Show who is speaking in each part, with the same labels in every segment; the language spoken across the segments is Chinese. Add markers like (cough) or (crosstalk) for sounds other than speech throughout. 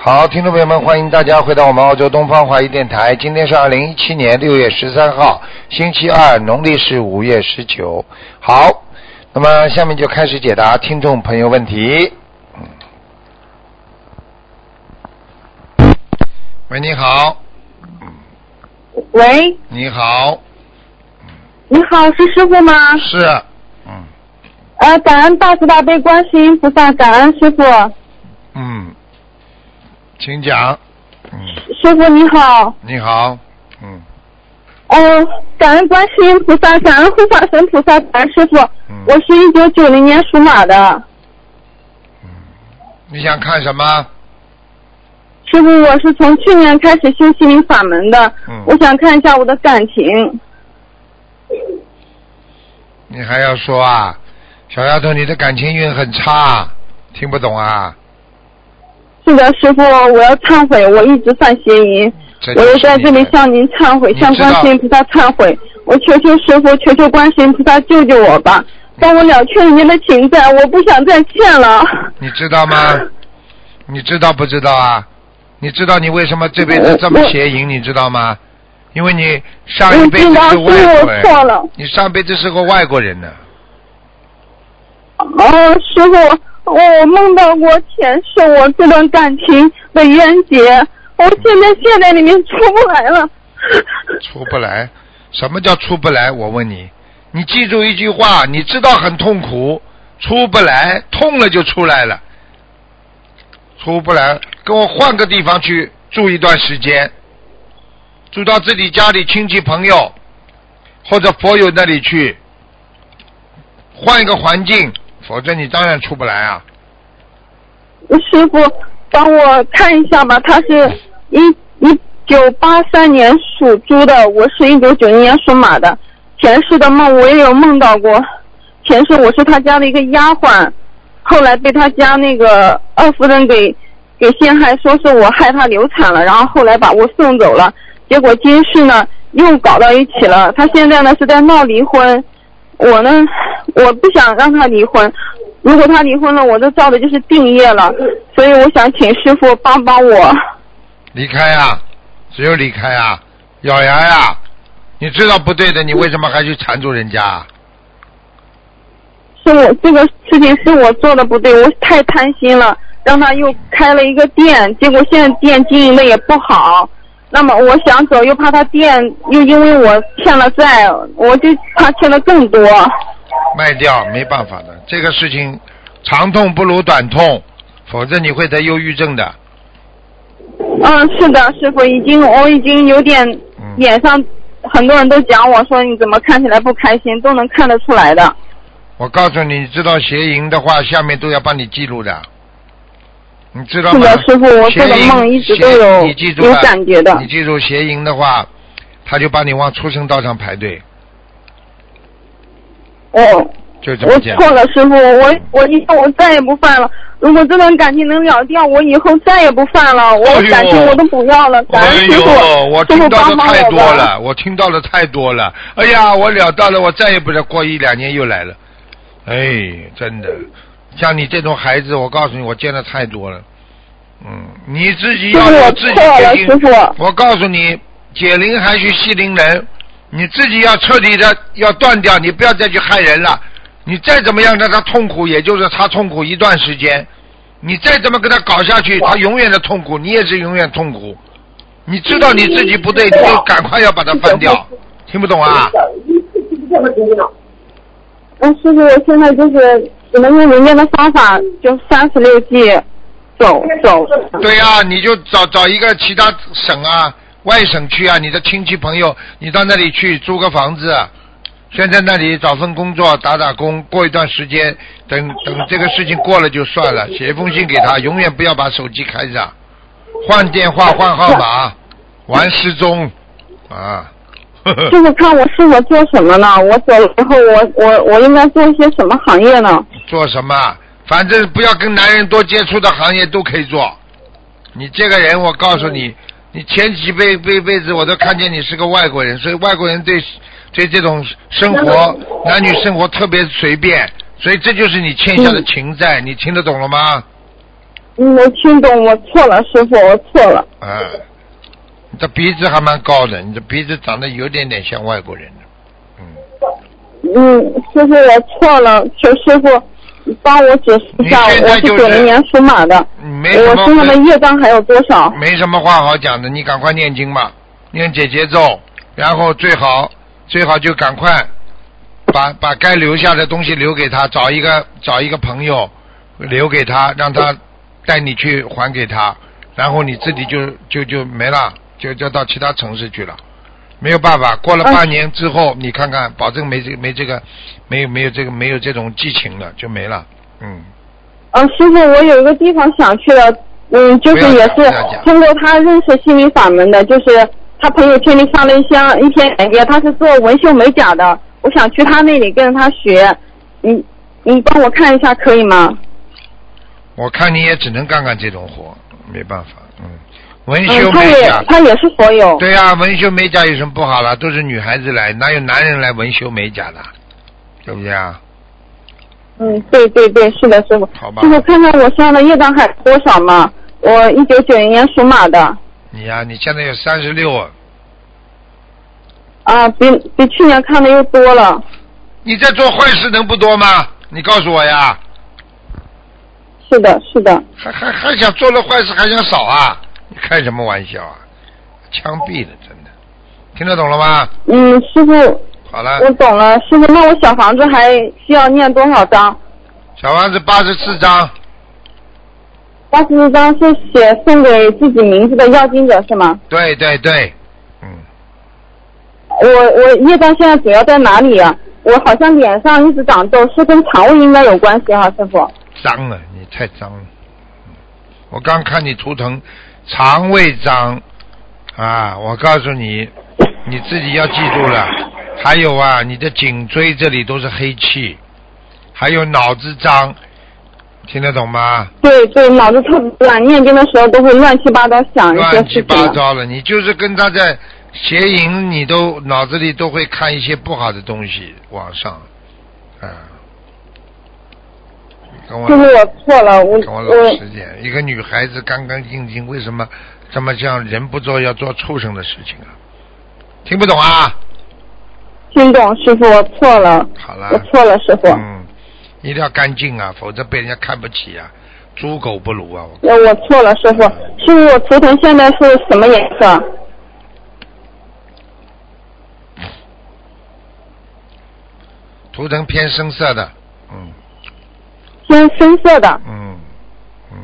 Speaker 1: 好，听众朋友们，欢迎大家回到我们澳洲东方华语电台。今天是二零一七年六月十三号，星期二，农历是五月十九。好，那么下面就开始解答听众朋友问题。喂，你好，
Speaker 2: 喂，
Speaker 1: 你好，
Speaker 2: 你好，是师傅吗？
Speaker 1: 是，嗯
Speaker 2: 呃，感恩大慈大悲观世音菩萨，感恩师傅。
Speaker 1: 嗯，请讲，嗯，
Speaker 2: 师傅你好，
Speaker 1: 你好，嗯
Speaker 2: 呃，感恩观世音菩萨，感恩护法神菩萨，感恩师傅。
Speaker 1: 嗯
Speaker 2: 我是一九九零年属马的，
Speaker 1: 嗯，你想看什么？
Speaker 2: 师傅，我是从去年开始修心灵法门的，
Speaker 1: 嗯
Speaker 2: 我想看一下我的感情。
Speaker 1: 你还要说啊，小丫头，你的感情运很差，听不懂啊？
Speaker 2: 是的，师傅，我要忏悔，我一直犯邪淫，我
Speaker 1: 就
Speaker 2: 又
Speaker 1: 是
Speaker 2: 在
Speaker 1: 你
Speaker 2: 这里
Speaker 1: 的
Speaker 2: 向您忏悔，
Speaker 1: 你
Speaker 2: 向
Speaker 1: 知道
Speaker 2: 观世音菩萨忏悔。我求求师傅，求求观世音菩萨救救我吧，帮我了却您的情债，我不想再欠了。
Speaker 1: 你知道吗？
Speaker 2: (laughs)
Speaker 1: 你知道不知道啊？你知道你为什么这辈子这么邪淫？你知道吗？因为你上一辈子是
Speaker 2: 我知道
Speaker 1: 外
Speaker 2: 是
Speaker 1: 国
Speaker 2: 我错了
Speaker 1: 人，你上辈子是个外国人呢。
Speaker 2: 哦，师傅，我梦到过前世我这段感情的冤结，我现在陷在里面出不来了。
Speaker 1: 出不来。什么叫出不来？我问你，你记住一句话，你知道很痛苦，出不来，痛了就出来了，出不来，跟我换个地方去住一段时间，住到自己家里亲戚朋友或者佛友那里去，换一个环境，否则你当然出不来啊。
Speaker 2: 师傅，帮我看一下吧，他是一一九八三年属猪的，我是一九九零年属马的。前世的梦我也有梦到过，前世我是他家的一个丫鬟，后来被他家那个二夫人给给陷害，说是我害他流产了，然后后来把我送走了。结果今世呢又搞到一起了，他现在呢是在闹离婚，我呢，我不想让他离婚。如果他离婚了，我这造的就是定业了。所以我想请师傅帮帮我。
Speaker 1: 离开啊，只有离开啊，咬牙呀、你知道不对的，你为什么还去缠住人家啊？
Speaker 2: 是我这个事情是我做的不对，我太贪心了，让他又开了一个店，结果现在店经营的也不好。那么我想走，又怕他店又因为我欠了债，我就他欠的更多。
Speaker 1: 卖掉没办法的，这个事情长痛不如短痛，否则你会得忧郁症的。
Speaker 2: 嗯，是的，师傅，已经我已经有点
Speaker 1: 嗯
Speaker 2: 脸上，很多人都讲我说你怎么看起来不开心，都能看得出来的。
Speaker 1: 我告诉你，你知道邪淫的话，下面都要帮你记录的，你知道
Speaker 2: 是
Speaker 1: 吗
Speaker 2: 的，？师傅，我
Speaker 1: 邪
Speaker 2: 做的
Speaker 1: 淫
Speaker 2: 梦一直
Speaker 1: 邪
Speaker 2: 都有
Speaker 1: 你记住
Speaker 2: 有
Speaker 1: 了
Speaker 2: 感觉的
Speaker 1: 你。记住邪淫的话，他就把你往畜生道上排队，
Speaker 2: 我
Speaker 1: 就这么
Speaker 2: 哦我
Speaker 1: 简
Speaker 2: 错
Speaker 1: 单。
Speaker 2: 了，师傅，我我以后我再也不犯了。如果这段感情能了掉，我以后再也不犯了。我
Speaker 1: 哎呦
Speaker 2: 感情我都不要 (laughs) 了，感恩
Speaker 1: 哎
Speaker 2: 师
Speaker 1: 呦
Speaker 2: 傅，，
Speaker 1: 我
Speaker 2: 师
Speaker 1: 听
Speaker 2: 傅
Speaker 1: 到
Speaker 2: 帮
Speaker 1: 的
Speaker 2: 帮
Speaker 1: 太
Speaker 2: 我
Speaker 1: 多
Speaker 2: 吧。
Speaker 1: 了，我听到的太多了。哎呀，我了到了，我再也不是过一两年又来了。哎，真的，像你这种孩子，我告诉你，我见的太多了。嗯，你自己
Speaker 2: 师
Speaker 1: 要
Speaker 2: 傅，
Speaker 1: 有
Speaker 2: 我
Speaker 1: 自己
Speaker 2: 错了，
Speaker 1: 决
Speaker 2: 师
Speaker 1: 定。
Speaker 2: 傅。
Speaker 1: 我告诉你，解铃还须系铃人，你自己要彻底的要断掉，你不要再去害人了。你再怎么样让他痛苦，也就是他痛苦一段时间。你再怎么跟他搞下去，他永远的痛苦，你也是永远痛苦。你知道你自己不对，你就赶快要把它翻掉。听不懂啊？
Speaker 2: 嗯，师傅，我现在就是只能用人家的方法，就三十六计，走走。
Speaker 1: 对呀、你就找找一个其他省啊、外省去啊，你的亲戚朋友，你到那里去租个房子，先在那里找份工作，打打工，过一段时间，等等这个事情过了就算了，写一封信给他，永远不要把手机开着，换电话、换号码，玩失踪啊。呵呵
Speaker 2: 师傅，看我适合做什么呢？我走了以后，我我我应该做一些什么行业呢？
Speaker 1: 做什么啊？反正不要跟男人多接触的行业都可以做。你这个人，我告诉
Speaker 2: 嗯
Speaker 1: 你，你前几辈辈辈子我都看见你是个外国人，所以外国人对对这种生活男女生活
Speaker 2: 嗯
Speaker 1: 特别随便，所以这就是你欠下的情债，你听得懂了吗？
Speaker 2: 没听懂，嗯我错了，师傅，我错了。
Speaker 1: 嗯，你的鼻子还蛮高的，你的鼻子长得有点点像外国人的，嗯，
Speaker 2: 嗯，师傅，我错了，求师傅帮我解释一下，
Speaker 1: 你现
Speaker 2: 我
Speaker 1: 在
Speaker 2: 是
Speaker 1: 就是
Speaker 2: 九零年属马的，
Speaker 1: 你没什
Speaker 2: 我身上的
Speaker 1: 么嗯
Speaker 2: 业障还有多少？
Speaker 1: 没什么话好讲的，你赶快念经吧，念姐姐咒，然后最好最好就赶快把把该留下的东西留给他，找一个找一个朋友留给他，让他带你去还给他，然后你自己就就就没了，就就到其他城市去了。没有办法，过了半年之后，你看看，保证没这没这个，没有没有这个没有这种激情了，就没了。嗯，
Speaker 2: 呃，师傅，我有一个地方想去的，嗯，就
Speaker 1: 不
Speaker 2: 是
Speaker 1: 要
Speaker 2: 也
Speaker 1: 讲
Speaker 2: 是
Speaker 1: 不要讲
Speaker 2: 通过他认识心理法门的，就是他朋友圈里发了一箱一篇简介，他是做纹绣美甲的，我想去他那里跟着他学，你你帮我看一下可以吗？
Speaker 1: 我看你也只能干干这种活，没办法。嗯，纹
Speaker 2: 嗯，
Speaker 1: 绣
Speaker 2: 他
Speaker 1: 美
Speaker 2: 也
Speaker 1: 甲，
Speaker 2: 他也是佛友，
Speaker 1: 对呀、纹绣美甲有什么不好啦？都是女孩子来，哪有男人来纹绣美甲的？对不对啊？
Speaker 2: 嗯，对对对，是的，师傅，
Speaker 1: 好吧
Speaker 2: 师，傅看看我身上的业障还有多少嘛？我一九九零年属马的，
Speaker 1: 你呀、你现在有三十六啊，
Speaker 2: 啊，比比去年看的又多了，
Speaker 1: 你在做坏事能不多吗？你告诉我呀，
Speaker 2: 是的，是的，
Speaker 1: 还还还想做了坏事还想少啊？你开什么玩笑啊？枪毙了，真的，听得懂了吗？
Speaker 2: 嗯，师傅，
Speaker 1: 好了，
Speaker 2: 我懂了，师傅，那我小房子还需要念多少章？
Speaker 1: 小王子八十四章，
Speaker 2: 八十四章是写送给自己名字的要经者是吗？
Speaker 1: 对对对，嗯，
Speaker 2: 我我业障现在主要在哪里啊？我好像脸上一直长痘，是跟肠胃应该有关系哈、师傅。
Speaker 1: 脏了，你太脏了。嗯我刚看你图腾，肠胃脏啊，我告诉你，你自己要记住了。还有啊，你的颈椎这里都是黑气，还有脑子脏，听得懂吗？
Speaker 2: 对对，脑子特别乱，念经的时候都会乱七八糟想一些
Speaker 1: 乱七
Speaker 2: 事
Speaker 1: 八
Speaker 2: 情啊的。
Speaker 1: 糟了，你就是跟他在邪淫，你都脑子里都会看一些不好的东西往上，啊，跟我
Speaker 2: 师傅，我错了，我
Speaker 1: 跟我老
Speaker 2: 我
Speaker 1: 实点，一个女孩子干干净净，为什么这么像人不做要做畜生的事情啊？听不懂啊？
Speaker 2: 听懂师傅，我错了，
Speaker 1: 好了
Speaker 2: 我，错了，师傅，
Speaker 1: 嗯，一定要干净啊，否则被人家看不起啊，猪狗不如啊！我
Speaker 2: 呃我错了，师傅，师傅，我图腾现在是什么颜色？
Speaker 1: 图腾偏深色的，嗯
Speaker 2: 深深色的。
Speaker 1: 嗯嗯，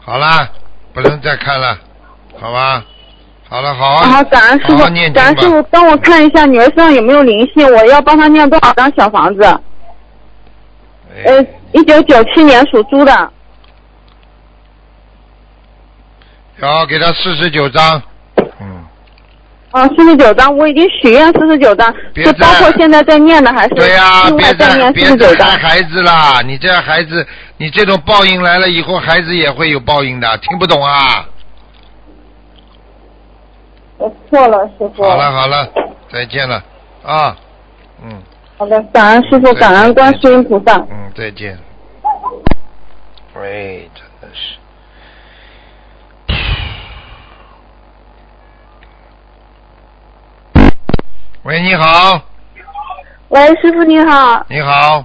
Speaker 1: 好啦，不能再看了，好吧？好了，好啊，
Speaker 2: 好，感恩师
Speaker 1: 好好
Speaker 2: 傅，
Speaker 1: 念
Speaker 2: 感
Speaker 1: 经
Speaker 2: 恩师傅
Speaker 1: 吧。，
Speaker 2: 帮我看一下女儿身上有没有灵性，我要帮她念多少张小房子？呃
Speaker 1: 哎，，
Speaker 2: 一九九七年属猪的，
Speaker 1: 然后给他四十九张，嗯。
Speaker 2: 啊，四十九张，我已经许愿四十九张，
Speaker 1: 别
Speaker 2: 是包
Speaker 1: 再
Speaker 2: 括现在在念的还是
Speaker 1: 对呀、
Speaker 2: 另外
Speaker 1: 别
Speaker 2: 再
Speaker 1: 再
Speaker 2: 念四
Speaker 1: 别
Speaker 2: 十九
Speaker 1: 再
Speaker 2: 张
Speaker 1: 害？孩子啦！你这样孩子，你这种报应来了以后，孩子也会有报应的，听不懂啊？
Speaker 2: 我错了，师傅。
Speaker 1: 好了好了，再见了啊，嗯
Speaker 2: 好的，感恩师傅，感恩观世音菩萨。
Speaker 1: 嗯，再见。喂，真的是。喂，你好，
Speaker 3: 喂，师傅你好，
Speaker 1: 你好，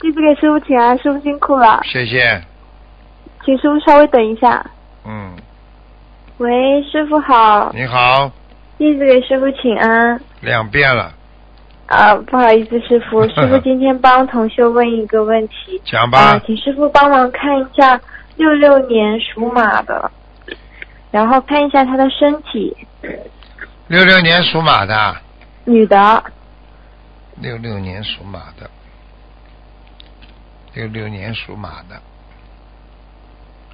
Speaker 3: 弟子给师傅请安，师傅辛苦了，
Speaker 1: 谢谢，
Speaker 3: 请师傅稍微等一下。
Speaker 1: 嗯，
Speaker 3: 喂，师傅好，
Speaker 1: 你好，
Speaker 3: 弟子给师傅请安。
Speaker 1: 两遍了，
Speaker 3: 啊，不好意思，师 (laughs) 傅，师傅今天帮同学问一个问题，
Speaker 1: 讲吧。
Speaker 3: 啊，
Speaker 2: 嗯
Speaker 3: 请师傅帮忙看一下六六年属马的，然后看一下他的身体，
Speaker 1: 六六年属马的啊。
Speaker 3: 女的，
Speaker 1: 六六年属马的，六六年属马的，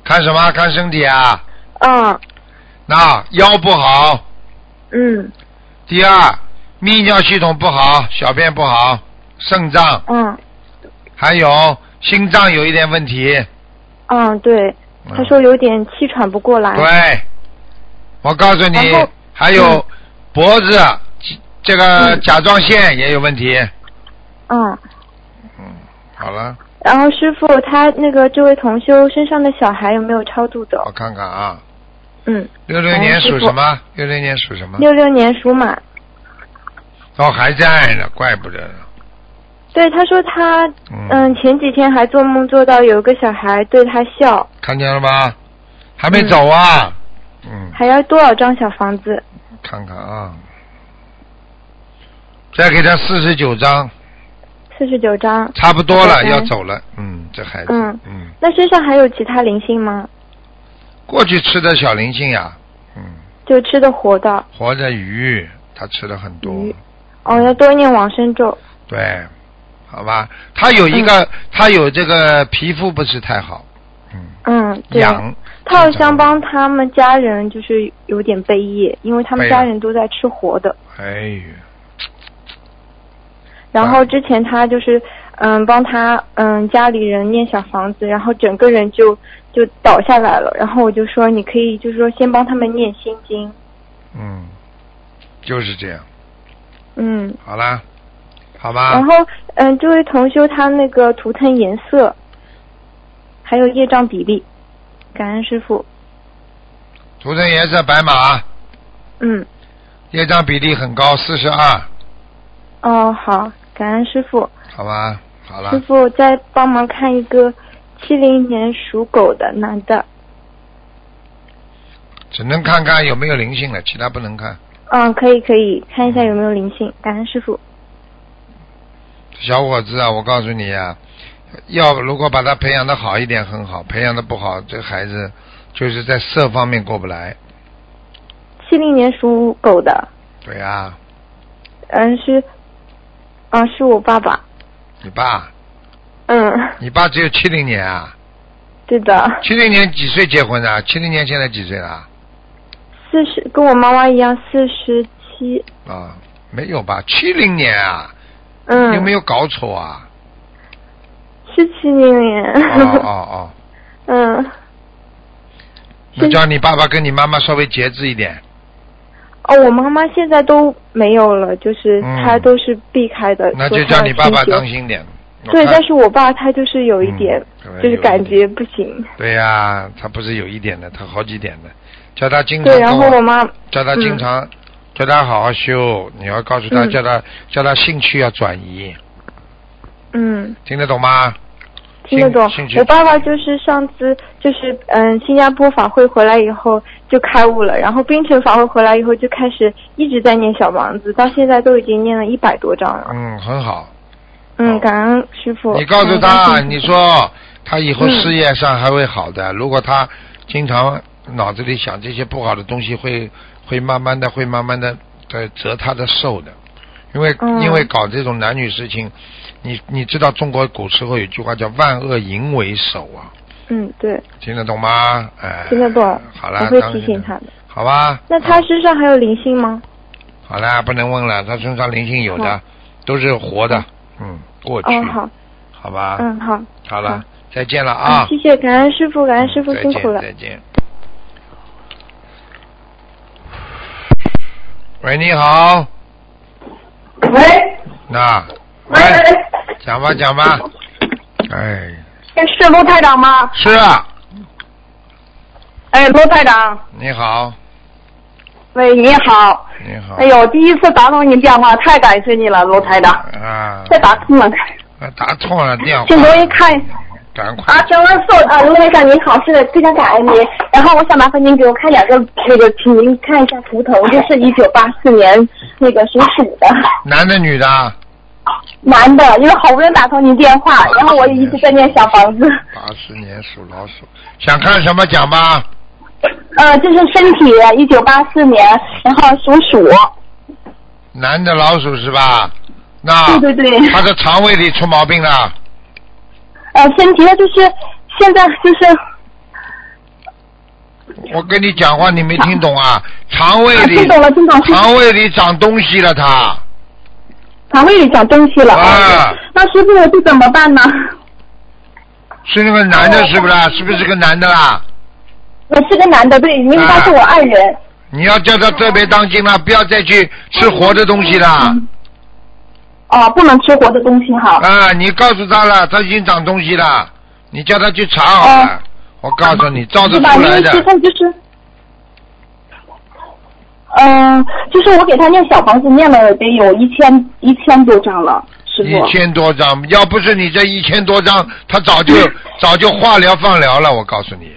Speaker 1: 看什么？看身体啊！
Speaker 3: 嗯
Speaker 1: 那腰不好，
Speaker 3: 嗯
Speaker 1: 第二泌尿系统不好，小便不好，肾脏，
Speaker 3: 嗯
Speaker 1: 还有心脏有一点问题。
Speaker 3: 嗯，对，
Speaker 1: 嗯
Speaker 3: 他说有点气喘不过来，
Speaker 1: 对，我告诉你
Speaker 3: 然后，
Speaker 1: 还有
Speaker 3: 嗯
Speaker 1: 脖子这个
Speaker 3: 嗯
Speaker 1: 甲状腺也有问题。
Speaker 3: 嗯，
Speaker 1: 嗯，好了，
Speaker 3: 然后师傅，他那个这位同修身上的小孩有没有超度走
Speaker 1: 我？看看啊，
Speaker 3: 嗯，
Speaker 1: 六六年
Speaker 3: 师
Speaker 1: 属
Speaker 3: 傅
Speaker 1: 什么？六六年属什么？
Speaker 3: 六六年属马。
Speaker 1: 哦，还在呢，怪不得呢。
Speaker 3: 对，他说他
Speaker 1: 嗯，
Speaker 3: 嗯前几天还做梦做到有一个小孩对他笑，
Speaker 1: 看见了吧？还没走啊。嗯，
Speaker 3: 还要多少张小房子？
Speaker 1: 看看啊，再给他四十九张，
Speaker 3: 四十九张。
Speaker 1: 差不多了，
Speaker 3: 拜拜
Speaker 1: 要走了。嗯，这孩子，
Speaker 3: 嗯
Speaker 1: 嗯，
Speaker 3: 那身上还有其他灵性吗？
Speaker 1: 过去吃的小灵性呀，嗯，
Speaker 3: 就吃的活的。
Speaker 1: 活着鱼，他吃了很多
Speaker 3: 鱼，哦，要多念往生咒。
Speaker 1: 对，好吧，他有一
Speaker 3: 嗯
Speaker 1: 个，他有这个皮肤不是太好，嗯，
Speaker 3: 嗯，对。
Speaker 1: 痒，
Speaker 3: 他好像帮他们家人就是有点背业，因为他们
Speaker 1: 背了
Speaker 3: 家人都在吃活的。
Speaker 1: 哎呦，
Speaker 3: 然后
Speaker 1: 哇
Speaker 3: 之前他就是嗯帮他嗯家里人念小房子，然后整个人就就倒下来了。然后我就说你可以就是说先帮他们念心经，
Speaker 1: 嗯，就是这样，
Speaker 3: 嗯，
Speaker 1: 好啦，好吧
Speaker 3: 然，后嗯这位同修他那个图腾颜色，还有业障比例，感恩师傅，
Speaker 1: 涂成颜色白马，
Speaker 3: 嗯
Speaker 1: 业障比例很高，四十二，
Speaker 3: 哦好，感恩师傅，
Speaker 1: 好吧，好
Speaker 3: 师
Speaker 1: 了，
Speaker 3: 傅再帮忙看一个七零年属狗的男的，
Speaker 1: 只能看看有没有灵性了，其他不能看。
Speaker 3: 嗯可以可以看一下有没有灵性，感恩师傅，
Speaker 1: 小伙子啊，我告诉你啊，要如果把他培养的好一点很好，培养的不好，这孩子就是在色方面过不来。
Speaker 3: 七零年属狗的。
Speaker 1: 对啊，
Speaker 3: 嗯，是，啊，是我爸爸。
Speaker 1: 你爸，
Speaker 3: 嗯，
Speaker 1: 你爸只有七零年啊，
Speaker 3: 对的，
Speaker 1: 七零年几岁结婚的、啊？七零年现在几岁了？啊、
Speaker 3: 四十跟我妈妈一样，四十七。
Speaker 1: 啊没有吧？七零年啊，
Speaker 3: 嗯，
Speaker 1: 有没有搞错啊？
Speaker 3: 是七零年。
Speaker 1: 哦哦哦，
Speaker 3: (laughs) 嗯，
Speaker 1: 那叫你爸爸跟你妈妈稍微节制一点。
Speaker 3: 哦，我妈妈现在都没有了，就是
Speaker 1: 嗯
Speaker 3: 她都是避开的。
Speaker 1: 那
Speaker 3: 呃说
Speaker 1: 就
Speaker 3: 她
Speaker 1: 叫
Speaker 3: 要
Speaker 1: 你爸爸
Speaker 3: 清洁
Speaker 1: 当心点。我
Speaker 3: 对，
Speaker 1: 看
Speaker 3: 但是我爸他就是有一点，
Speaker 1: 嗯
Speaker 3: 就是感。
Speaker 1: 有一点
Speaker 3: 觉不行。
Speaker 1: 对呀、他不是有一点的，他好几点的，叫他经常
Speaker 3: 对，
Speaker 1: 跟
Speaker 3: 然后我妈，
Speaker 1: 叫他经常、叫他好好修，你要告诉他，
Speaker 3: 嗯
Speaker 1: 叫他叫他兴趣要转移，
Speaker 3: 嗯，
Speaker 1: 听得懂吗？
Speaker 3: 听得懂
Speaker 1: 兴兴。趣
Speaker 3: 我爸爸就是上次就是嗯，新加坡法会回来以后就开悟了，然后槟城法会回来以后就开始一直在念小房子，到现在都已经念了一百多章了。
Speaker 1: 嗯，很好。
Speaker 3: 嗯
Speaker 1: 哦，
Speaker 3: 感恩师傅。嗯
Speaker 1: 你告诉
Speaker 3: 感恩
Speaker 1: 他，啊
Speaker 3: 观世音
Speaker 1: 你说他以后
Speaker 3: 嗯
Speaker 1: 事业上还会好的。如果他经常脑子里想这些不好的东西会，会慢慢的，会慢慢的在折他的寿的。因为、
Speaker 3: 嗯
Speaker 1: 因为搞这种男女事情，你你知道中国古时候有句话叫“万恶淫为首”啊，
Speaker 3: 嗯，对，
Speaker 1: 听得懂吗？哎，
Speaker 3: 听得懂。
Speaker 1: 好
Speaker 3: 我
Speaker 1: 了，
Speaker 3: 会
Speaker 1: 当
Speaker 3: 提
Speaker 1: 心
Speaker 3: 醒
Speaker 1: 的
Speaker 3: 他的。
Speaker 1: 好吧？
Speaker 3: 那他
Speaker 1: 嗯
Speaker 3: 身上还有灵性吗？
Speaker 1: 好啦，不能问了，他身上灵性有的
Speaker 3: 好，
Speaker 1: 都是活的，嗯，过去
Speaker 3: 哦，，好，
Speaker 1: 好吧，
Speaker 3: 嗯，好。
Speaker 1: 好了
Speaker 3: 好，
Speaker 1: 再见了啊
Speaker 3: 嗯，谢谢，感恩师傅，感恩哎师傅
Speaker 1: 再
Speaker 3: 辛
Speaker 1: 见
Speaker 3: 苦了。
Speaker 1: 再见。喂，你好，
Speaker 4: 喂，
Speaker 1: 那，
Speaker 4: 喂，喂，
Speaker 1: 讲吧讲吧，哎，
Speaker 4: 是卢台长吗？
Speaker 1: 是啊，
Speaker 4: 哎，卢台长，
Speaker 1: 你好，
Speaker 4: 喂，你好。
Speaker 1: 你好，
Speaker 4: 哎呦，第一次打通您电话，太感谢你了，卢台长。
Speaker 1: 啊，
Speaker 4: 这打通了，
Speaker 1: 啊打通了电话，
Speaker 4: 请容易看
Speaker 1: 赶快
Speaker 4: 啊，请问是啊，卢台长您好，是的，非常感恩您。然后我想麻烦您给我看两个那个，请您看一下图腾，就是一九八四年那个属鼠的
Speaker 1: 男的女的啊，
Speaker 4: 男的，因为好不容易打通您电话，然后我也一直在念小房子，
Speaker 1: 八十年属老鼠，想看什么讲吧，
Speaker 4: 呃，就是身体一九八四年，然后属鼠，
Speaker 1: 男的老鼠是吧？那
Speaker 4: 对对对。
Speaker 1: 啊他的肠胃里出毛病了，
Speaker 4: 呃，身体呢就是现在就是
Speaker 1: 我跟你讲话你没听懂啊？肠胃
Speaker 4: 啊，
Speaker 1: 里
Speaker 4: 听懂了，听懂了，
Speaker 1: 肠胃里长东西了他，
Speaker 4: 肠胃里长东西了。
Speaker 1: 啊
Speaker 2: 哎
Speaker 4: 那师傅，我这怎么办呢？
Speaker 1: 是那个男的是不是
Speaker 4: 啊
Speaker 1: 啦？是不是个男的啦？
Speaker 4: 我是个男的，对，因为他是我爱人。嗯
Speaker 1: 你要叫他特别当心了，不要再去吃活的东西了。
Speaker 4: 哦，不能吃活的东西哈。
Speaker 1: 啊，你告诉他了，他已经长东西了，你叫他去查好了。
Speaker 4: 哦
Speaker 1: 我啊告诉你，照着
Speaker 4: 是吧？
Speaker 1: 出
Speaker 4: 因
Speaker 1: 来
Speaker 4: 为
Speaker 1: 的
Speaker 4: 现。在就是，
Speaker 2: 呃
Speaker 4: 嗯、就是我给他念小房子念了得有一千一千多张了，师
Speaker 1: 一
Speaker 4: 傅。
Speaker 1: 千多张，要不是你这一千多张，他早就
Speaker 4: 嗯
Speaker 1: 早就化疗放疗了。我告诉你，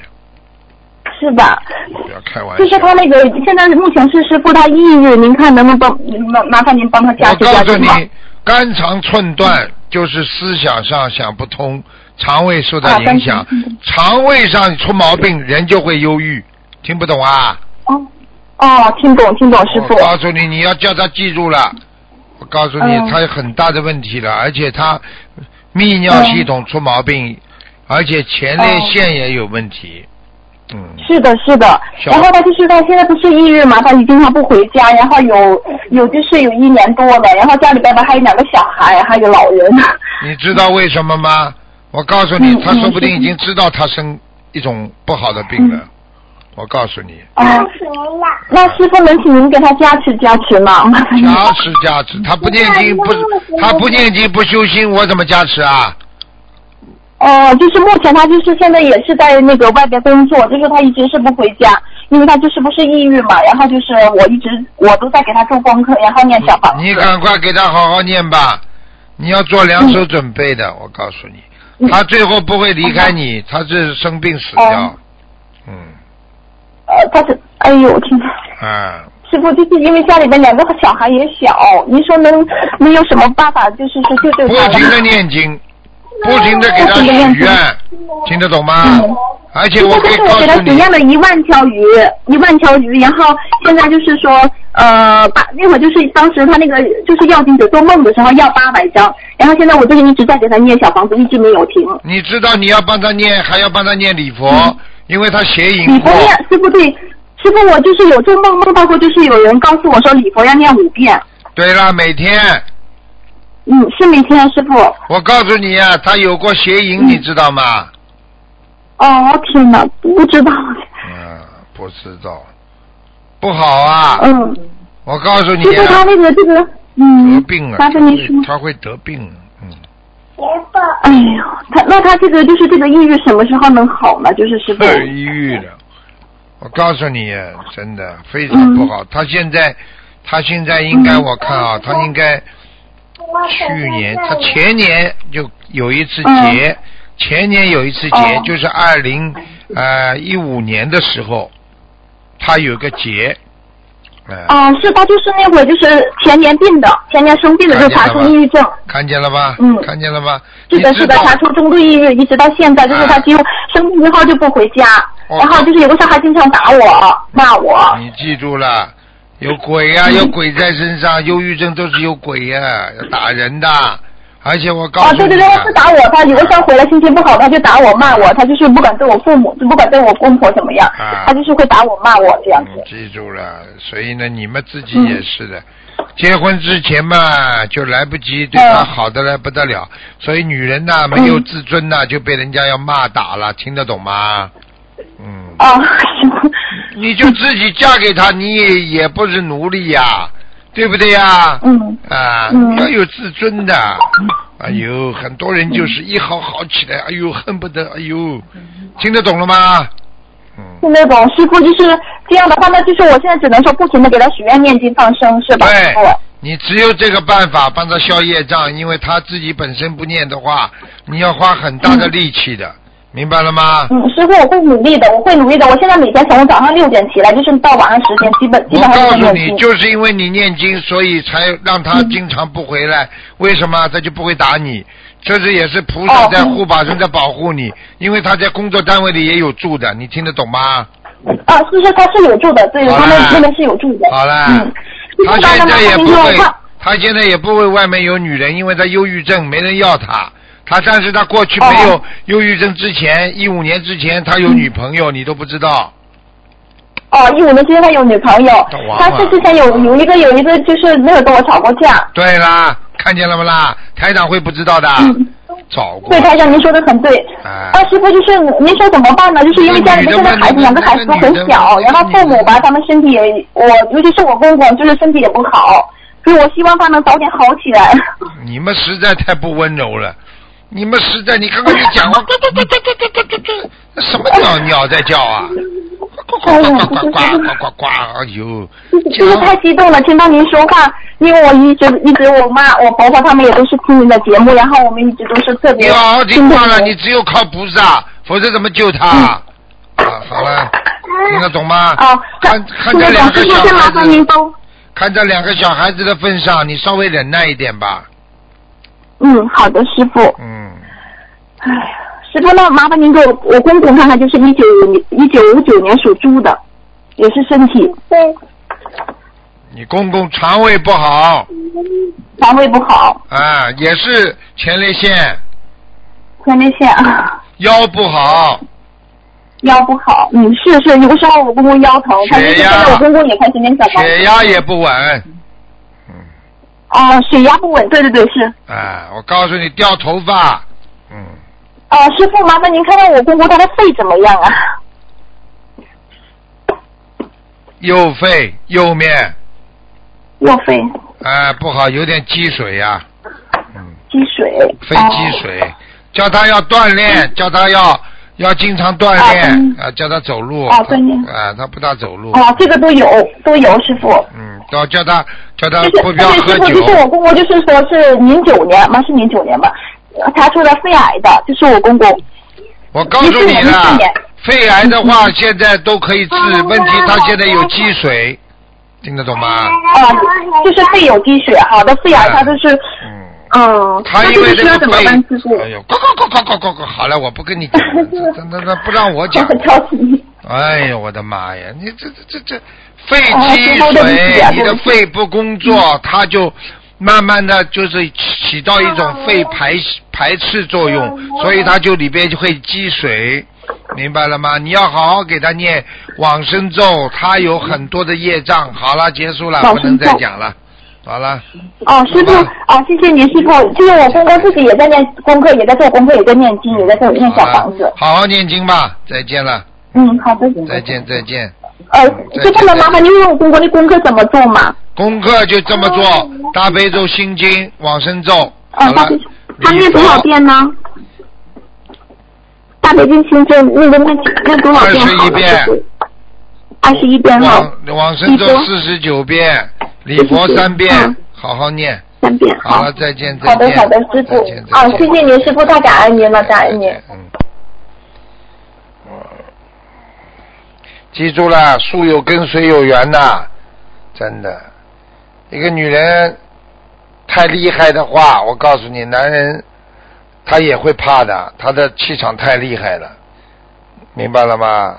Speaker 4: 是吧？
Speaker 1: 不要开玩
Speaker 4: 就是
Speaker 1: 笑。
Speaker 4: 他那个现在目前是师傅他抑郁，您看能不能帮麻麻烦您帮他加
Speaker 1: 我
Speaker 4: 持
Speaker 1: 告
Speaker 4: 加
Speaker 1: 诉
Speaker 4: 持
Speaker 1: 你
Speaker 4: 吗？，
Speaker 1: 肝肠寸断就是思想上想不通，肠胃受到影响
Speaker 4: 啊肝肠寸断，
Speaker 1: 肠胃上出毛病，人就会忧郁。听不懂啊？
Speaker 4: 哦哦，听懂听懂，师
Speaker 1: 我
Speaker 4: 傅。
Speaker 1: 告诉你，你要叫他记住了。我告诉你，
Speaker 4: 嗯
Speaker 1: 他有很大的问题了，而且他泌尿系统出毛病，而且前列腺也有问题。嗯，
Speaker 4: 是的，是的。
Speaker 1: 小
Speaker 4: 然后他就是他现在不是抑郁嘛，他就经常不回家，然后有有就是有一年多了，然后家里边吧还有两个小孩，还有老人。
Speaker 1: 你知道为什么吗？我告诉你
Speaker 4: 嗯，
Speaker 1: 他说不定
Speaker 4: 嗯
Speaker 1: 已经知道他生一种不好的病了。我告诉你，
Speaker 4: 啊，那师傅能请您给他加持加持吗？麻烦您
Speaker 1: 加持加持，他不念经不他不念经不修心，我怎么加持啊？
Speaker 4: 哦，就是目前他就是现在也是在那个外边工作，就是他一直是不回家，因为他就是不是抑郁嘛，然后就是我一直我都在给他做功课，然后念小房子。
Speaker 1: 你赶快给他好好念吧，你要做两手准备的，我告诉你，
Speaker 4: 嗯
Speaker 1: 他最后不会离开你，他是生病死掉
Speaker 4: 哦，
Speaker 1: 嗯，
Speaker 4: 呃，他是哎呦我天哪！
Speaker 1: 啊，
Speaker 4: 师傅，就是因为家里边两个小孩也小，您说能能有什么办法，就是说救救
Speaker 1: 不
Speaker 4: 他
Speaker 1: 停的
Speaker 4: 呢？
Speaker 1: 念经，不停的给他许愿，听得懂吗
Speaker 4: 嗯？
Speaker 1: 而且
Speaker 4: 师
Speaker 1: 啊我
Speaker 4: 傅，
Speaker 1: 可
Speaker 4: 就
Speaker 1: 以
Speaker 4: 是
Speaker 1: 告
Speaker 4: 我给他
Speaker 1: 诉
Speaker 4: 许
Speaker 1: 你，
Speaker 4: 愿了一万条鱼，一万条鱼，然后现在就是说，呃，八那会儿就是当时他那个就是要经者做梦的时候要八百张，然后现在我就是一直在给他念小房子，一直没有停。
Speaker 1: 你知道你要帮他念，还要帮他念礼佛，因为他邪
Speaker 4: 礼
Speaker 1: 淫
Speaker 4: 佛
Speaker 1: 过，
Speaker 4: 嗯念，师傅对，师傅我就是有做梦梦到过，就是有人告诉我说礼佛要念五遍，
Speaker 1: 对了，每天。
Speaker 4: 嗯，是每天师傅。
Speaker 1: 我告诉你啊，他有过邪
Speaker 4: 嗯
Speaker 1: 淫，你知道吗？
Speaker 4: 哦天哪，不知道。
Speaker 1: 嗯，不知道，不好啊！
Speaker 4: 嗯，
Speaker 1: 我告诉你
Speaker 4: 就是他
Speaker 1: 啊，
Speaker 4: 那个这个，
Speaker 1: 得
Speaker 4: 嗯
Speaker 1: 病了，，啊
Speaker 4: 麻烦您
Speaker 1: 他会
Speaker 4: 说。
Speaker 1: 他会得病，嗯，
Speaker 4: 哎呦，他那他这个就是这个抑郁什么时候能好呢？就是师傅。
Speaker 1: 太抑郁了。我告诉你啊，真的非常不
Speaker 4: 嗯
Speaker 1: 好。他现在，他现在应该我看啊，他应该去年，他前年就有一次节，前年有一次节
Speaker 4: 嗯哦，
Speaker 1: 就是二零呃一五年的时候，他有个节，呃，
Speaker 4: 啊，是他就是那会儿就是前年病的，前年生病的
Speaker 1: 啊
Speaker 4: 就查出抑郁症，
Speaker 1: 看见了吧？
Speaker 4: 嗯
Speaker 1: 看见了吧？
Speaker 4: 是的，
Speaker 1: 你
Speaker 4: 是
Speaker 1: 知
Speaker 4: 的，
Speaker 1: 道啊
Speaker 4: 查出中度抑郁，一直到现在，就是他几乎生病之后就不回家，
Speaker 1: 哦
Speaker 4: 然后就是有个小孩经常打我、骂我，
Speaker 1: 你记住了，有鬼
Speaker 4: 嗯
Speaker 1: 呀、有鬼在身上，忧郁症都是有鬼呀、要打人的。而且我告
Speaker 4: 哦，
Speaker 1: 诉
Speaker 4: 对
Speaker 1: 你
Speaker 4: 对
Speaker 1: 啊
Speaker 4: 对，，他是打我，他有的时候回来心情不好，他就打我骂我，他就是不管对我父母，就不管对我公婆怎么样，
Speaker 1: 啊
Speaker 4: 他就是会打我骂我这样子嗯
Speaker 1: 嗯。记住了，所以呢，你们自己也是的。结婚之前嘛，就来不及对他
Speaker 4: 嗯
Speaker 1: 好的来不得了，所以女人呐、没有自尊呐、就被人家要骂打了，听得懂吗？嗯，
Speaker 4: 啊，行，
Speaker 1: 你就自己嫁给他，你也也不是奴隶呀、对不对呀、
Speaker 4: (laughs) 嗯，
Speaker 1: 啊，
Speaker 4: 嗯
Speaker 1: 要有自尊的。哎呦，很多人就是一好好起来，哎呦，恨不得，哎呦，听得懂了吗？嗯，
Speaker 4: 是那种师傅就是这样的话，那就是我现在只能说不停的给他许愿、念经、放生，是吧？师
Speaker 1: 对
Speaker 4: 傅。，
Speaker 1: 你只有这个办法帮他消业障，因为他自己本身不念的话，你要花很大的力气的，明白了吗？
Speaker 4: 嗯，师傅，我会努力的，我会努力的。我现在每天从早上六点起来，就是到晚上十点，基本基
Speaker 1: 我
Speaker 4: 本上
Speaker 1: 告
Speaker 4: 都
Speaker 1: 诉
Speaker 4: 在
Speaker 1: 你
Speaker 4: 念，经。
Speaker 1: 就是因为你念经，所以才让他经常不回来。为什么他就不会打你？这是也是菩萨
Speaker 4: 哦
Speaker 1: 在护法神在保护你，因为他在工作单位里也有住的，你听得懂吗？
Speaker 4: 啊，是是，他是有住的，对，
Speaker 1: 好
Speaker 4: 他那
Speaker 1: 啦
Speaker 4: 那边是有住的。
Speaker 1: 好啦
Speaker 4: 嗯，
Speaker 1: 他
Speaker 4: 师傅
Speaker 1: 现在
Speaker 4: 那麻
Speaker 1: 也
Speaker 4: 烦
Speaker 1: 不
Speaker 4: 您说
Speaker 1: 会
Speaker 4: 他，
Speaker 1: 他现在也不会外面有女人，因为他忧郁症没人要他。他但是他过去没有
Speaker 4: 哦
Speaker 1: 忧郁症之前，一五年之前他有女朋友，你都不知道。
Speaker 4: 哦，一五年之前他有女朋友
Speaker 1: 他玩，
Speaker 4: 他
Speaker 1: 嘛
Speaker 4: 是之前有有一个有一个就是没有跟我吵过架。
Speaker 1: 对啦，看见了不啦？台长会不知道的，
Speaker 4: 嗯，
Speaker 1: 找过
Speaker 4: 对，。台长，您说的很对。
Speaker 1: 啊
Speaker 4: 啊，师傅，就是您说怎么办呢？就是因为家里面现在孩子两个孩子都很小，然后父母吧，他们身体也，我尤其是我公公，就是身体也不好，所以我希望他能早点好起来。
Speaker 1: (laughs) 你们实在太不温柔了，你们实在，你看看你讲话，呱呱呱呱呱呱呱呱，那什么鸟鸟在叫啊？呱
Speaker 4: 哎
Speaker 1: 呱呱呱呱呱呱呱呱，哎呦，
Speaker 4: (laughs) 就是太激动了，听到您说话，因为我一直一直我妈我婆婆他们也都是听您的节目，然后我们一直都是特
Speaker 1: 你
Speaker 4: 别
Speaker 1: 要好好
Speaker 4: 敬
Speaker 1: 听
Speaker 4: 佩
Speaker 1: 话了，
Speaker 4: 您
Speaker 1: 你只有靠菩萨，否则怎么救他？啊，
Speaker 4: 嗯
Speaker 1: 好了，听得懂吗？
Speaker 4: 哦，
Speaker 1: 看看在
Speaker 4: 那个
Speaker 1: 两
Speaker 4: 老
Speaker 1: 个
Speaker 4: 师
Speaker 1: 小
Speaker 4: 就是麻
Speaker 1: 孩
Speaker 4: 烦您
Speaker 1: 子，
Speaker 4: 帮，
Speaker 1: 看在两个小孩子的份上，你稍微忍耐一点吧。
Speaker 4: 嗯，好的，师傅。
Speaker 1: 嗯，
Speaker 4: 哎呀，师傅，那麻烦您给我我公公看看，就是一九一九五九年属猪的，也是身体
Speaker 1: 你公公肠胃不好
Speaker 4: 肠胃不好，
Speaker 1: 啊，也是前列腺，
Speaker 4: 前列腺啊
Speaker 1: 腰不好，
Speaker 4: 腰不好。嗯，是是，有的时候我公公腰疼，但是
Speaker 1: 血
Speaker 4: 现
Speaker 1: 压
Speaker 4: 在我公公也开始念小房子
Speaker 1: 血压也不稳。
Speaker 4: 哦，血压不稳，对对对是。
Speaker 1: 啊，我告诉你，掉头发，嗯，
Speaker 4: 哦，师傅，麻烦您看看我公公他的肺怎么样啊？
Speaker 1: 右肺右面
Speaker 4: 右肺
Speaker 1: 啊不好，有点积水呀、嗯，
Speaker 4: 积水，
Speaker 1: 肺积
Speaker 4: 哦
Speaker 1: 水，叫他要锻
Speaker 4: 嗯
Speaker 1: 炼，叫他要要经常锻炼啊，叫他走路，
Speaker 4: 啊锻炼
Speaker 1: 啊，他不大走路，
Speaker 4: 哦。哦，这个都有都有，师傅。
Speaker 1: 嗯，要叫他叫他
Speaker 4: 就是
Speaker 1: 呃不
Speaker 4: 对
Speaker 1: 要喝
Speaker 4: 师傅，
Speaker 1: 酒
Speaker 4: 就是，我公公，就是说是零九年嘛，是零九年吧，查出了肺癌的，就是我公公。
Speaker 1: 我告诉你
Speaker 4: 就
Speaker 1: 了
Speaker 4: 是嗯我们这边，
Speaker 1: 肺癌的话现在都可以治，
Speaker 4: 啊
Speaker 1: 问题他现在有积水，听得懂吗？
Speaker 4: 啊，就是肺有积水，好的，肺癌
Speaker 1: 啊
Speaker 4: 它就是，
Speaker 1: 嗯。
Speaker 2: 哦
Speaker 4: 嗯，
Speaker 1: 他
Speaker 4: 那
Speaker 1: 因
Speaker 4: 这
Speaker 1: 为
Speaker 4: 个
Speaker 1: 这
Speaker 4: 需要
Speaker 1: 个
Speaker 4: 怎么
Speaker 1: 背，
Speaker 4: 办，师傅？
Speaker 1: 哎呦，呱呱呱呱呱呱呱！好了，我不跟你讲
Speaker 4: (laughs)
Speaker 1: 了，这这那那不让我
Speaker 4: 我
Speaker 1: 讲。
Speaker 4: 很着急。
Speaker 1: 哎呦，我的妈呀！你这这这这肺
Speaker 4: 哦
Speaker 1: 积
Speaker 4: 这都对不起
Speaker 1: 水
Speaker 4: 啊，
Speaker 1: 你
Speaker 4: 对
Speaker 1: 的
Speaker 4: 不起
Speaker 1: 肺不工作，
Speaker 4: 嗯
Speaker 1: 它就慢慢的就是起起到一种肺排排斥作
Speaker 4: 哦
Speaker 1: 用，所以它就里边就会积水，明白了吗？你要好好给他念往生咒，他有很多的业障。好了，结束了，
Speaker 4: 往
Speaker 1: 不能
Speaker 4: 生咒
Speaker 1: 再讲了，好了。
Speaker 4: 哦，师傅
Speaker 1: 好，
Speaker 4: 哦，谢谢您，师傅。就是我公公自己也在念功课，也在做功课，也在念经，也在做念小房子。
Speaker 1: 好好念经吧，再见了，
Speaker 4: 嗯，好的。
Speaker 1: 再见再见。
Speaker 4: 呃，师傅能麻烦您问我公公的功课怎么做吗？
Speaker 1: 功课就这么
Speaker 4: 哦
Speaker 1: 做，大悲咒、心经、往生咒。好
Speaker 4: 嗯，大
Speaker 1: 了
Speaker 4: 悲，他
Speaker 1: 礼
Speaker 4: 念
Speaker 1: 佛
Speaker 4: 多少？遍呢？大悲经心经那个念念多少遍好
Speaker 1: 21
Speaker 4: 了？
Speaker 1: 遍
Speaker 4: 就是二十一遍哈，
Speaker 1: 往往生咒
Speaker 4: 礼佛
Speaker 1: 四十九遍，礼佛
Speaker 4: 49
Speaker 1: 三遍
Speaker 4: 嗯，
Speaker 1: 好好念。
Speaker 4: 三遍
Speaker 1: 好了，再见再
Speaker 4: 好的
Speaker 1: 见。
Speaker 4: 好的，师傅
Speaker 1: 再见。
Speaker 4: 啊，
Speaker 1: 再见
Speaker 4: 谢谢您，师傅，太感恩您了，感恩您。
Speaker 1: 嗯。记住了，树有跟水有缘呐、真的。一个女人太厉害的话，我告诉你，男人他也会怕的，他的气场太厉害了，明白了吗？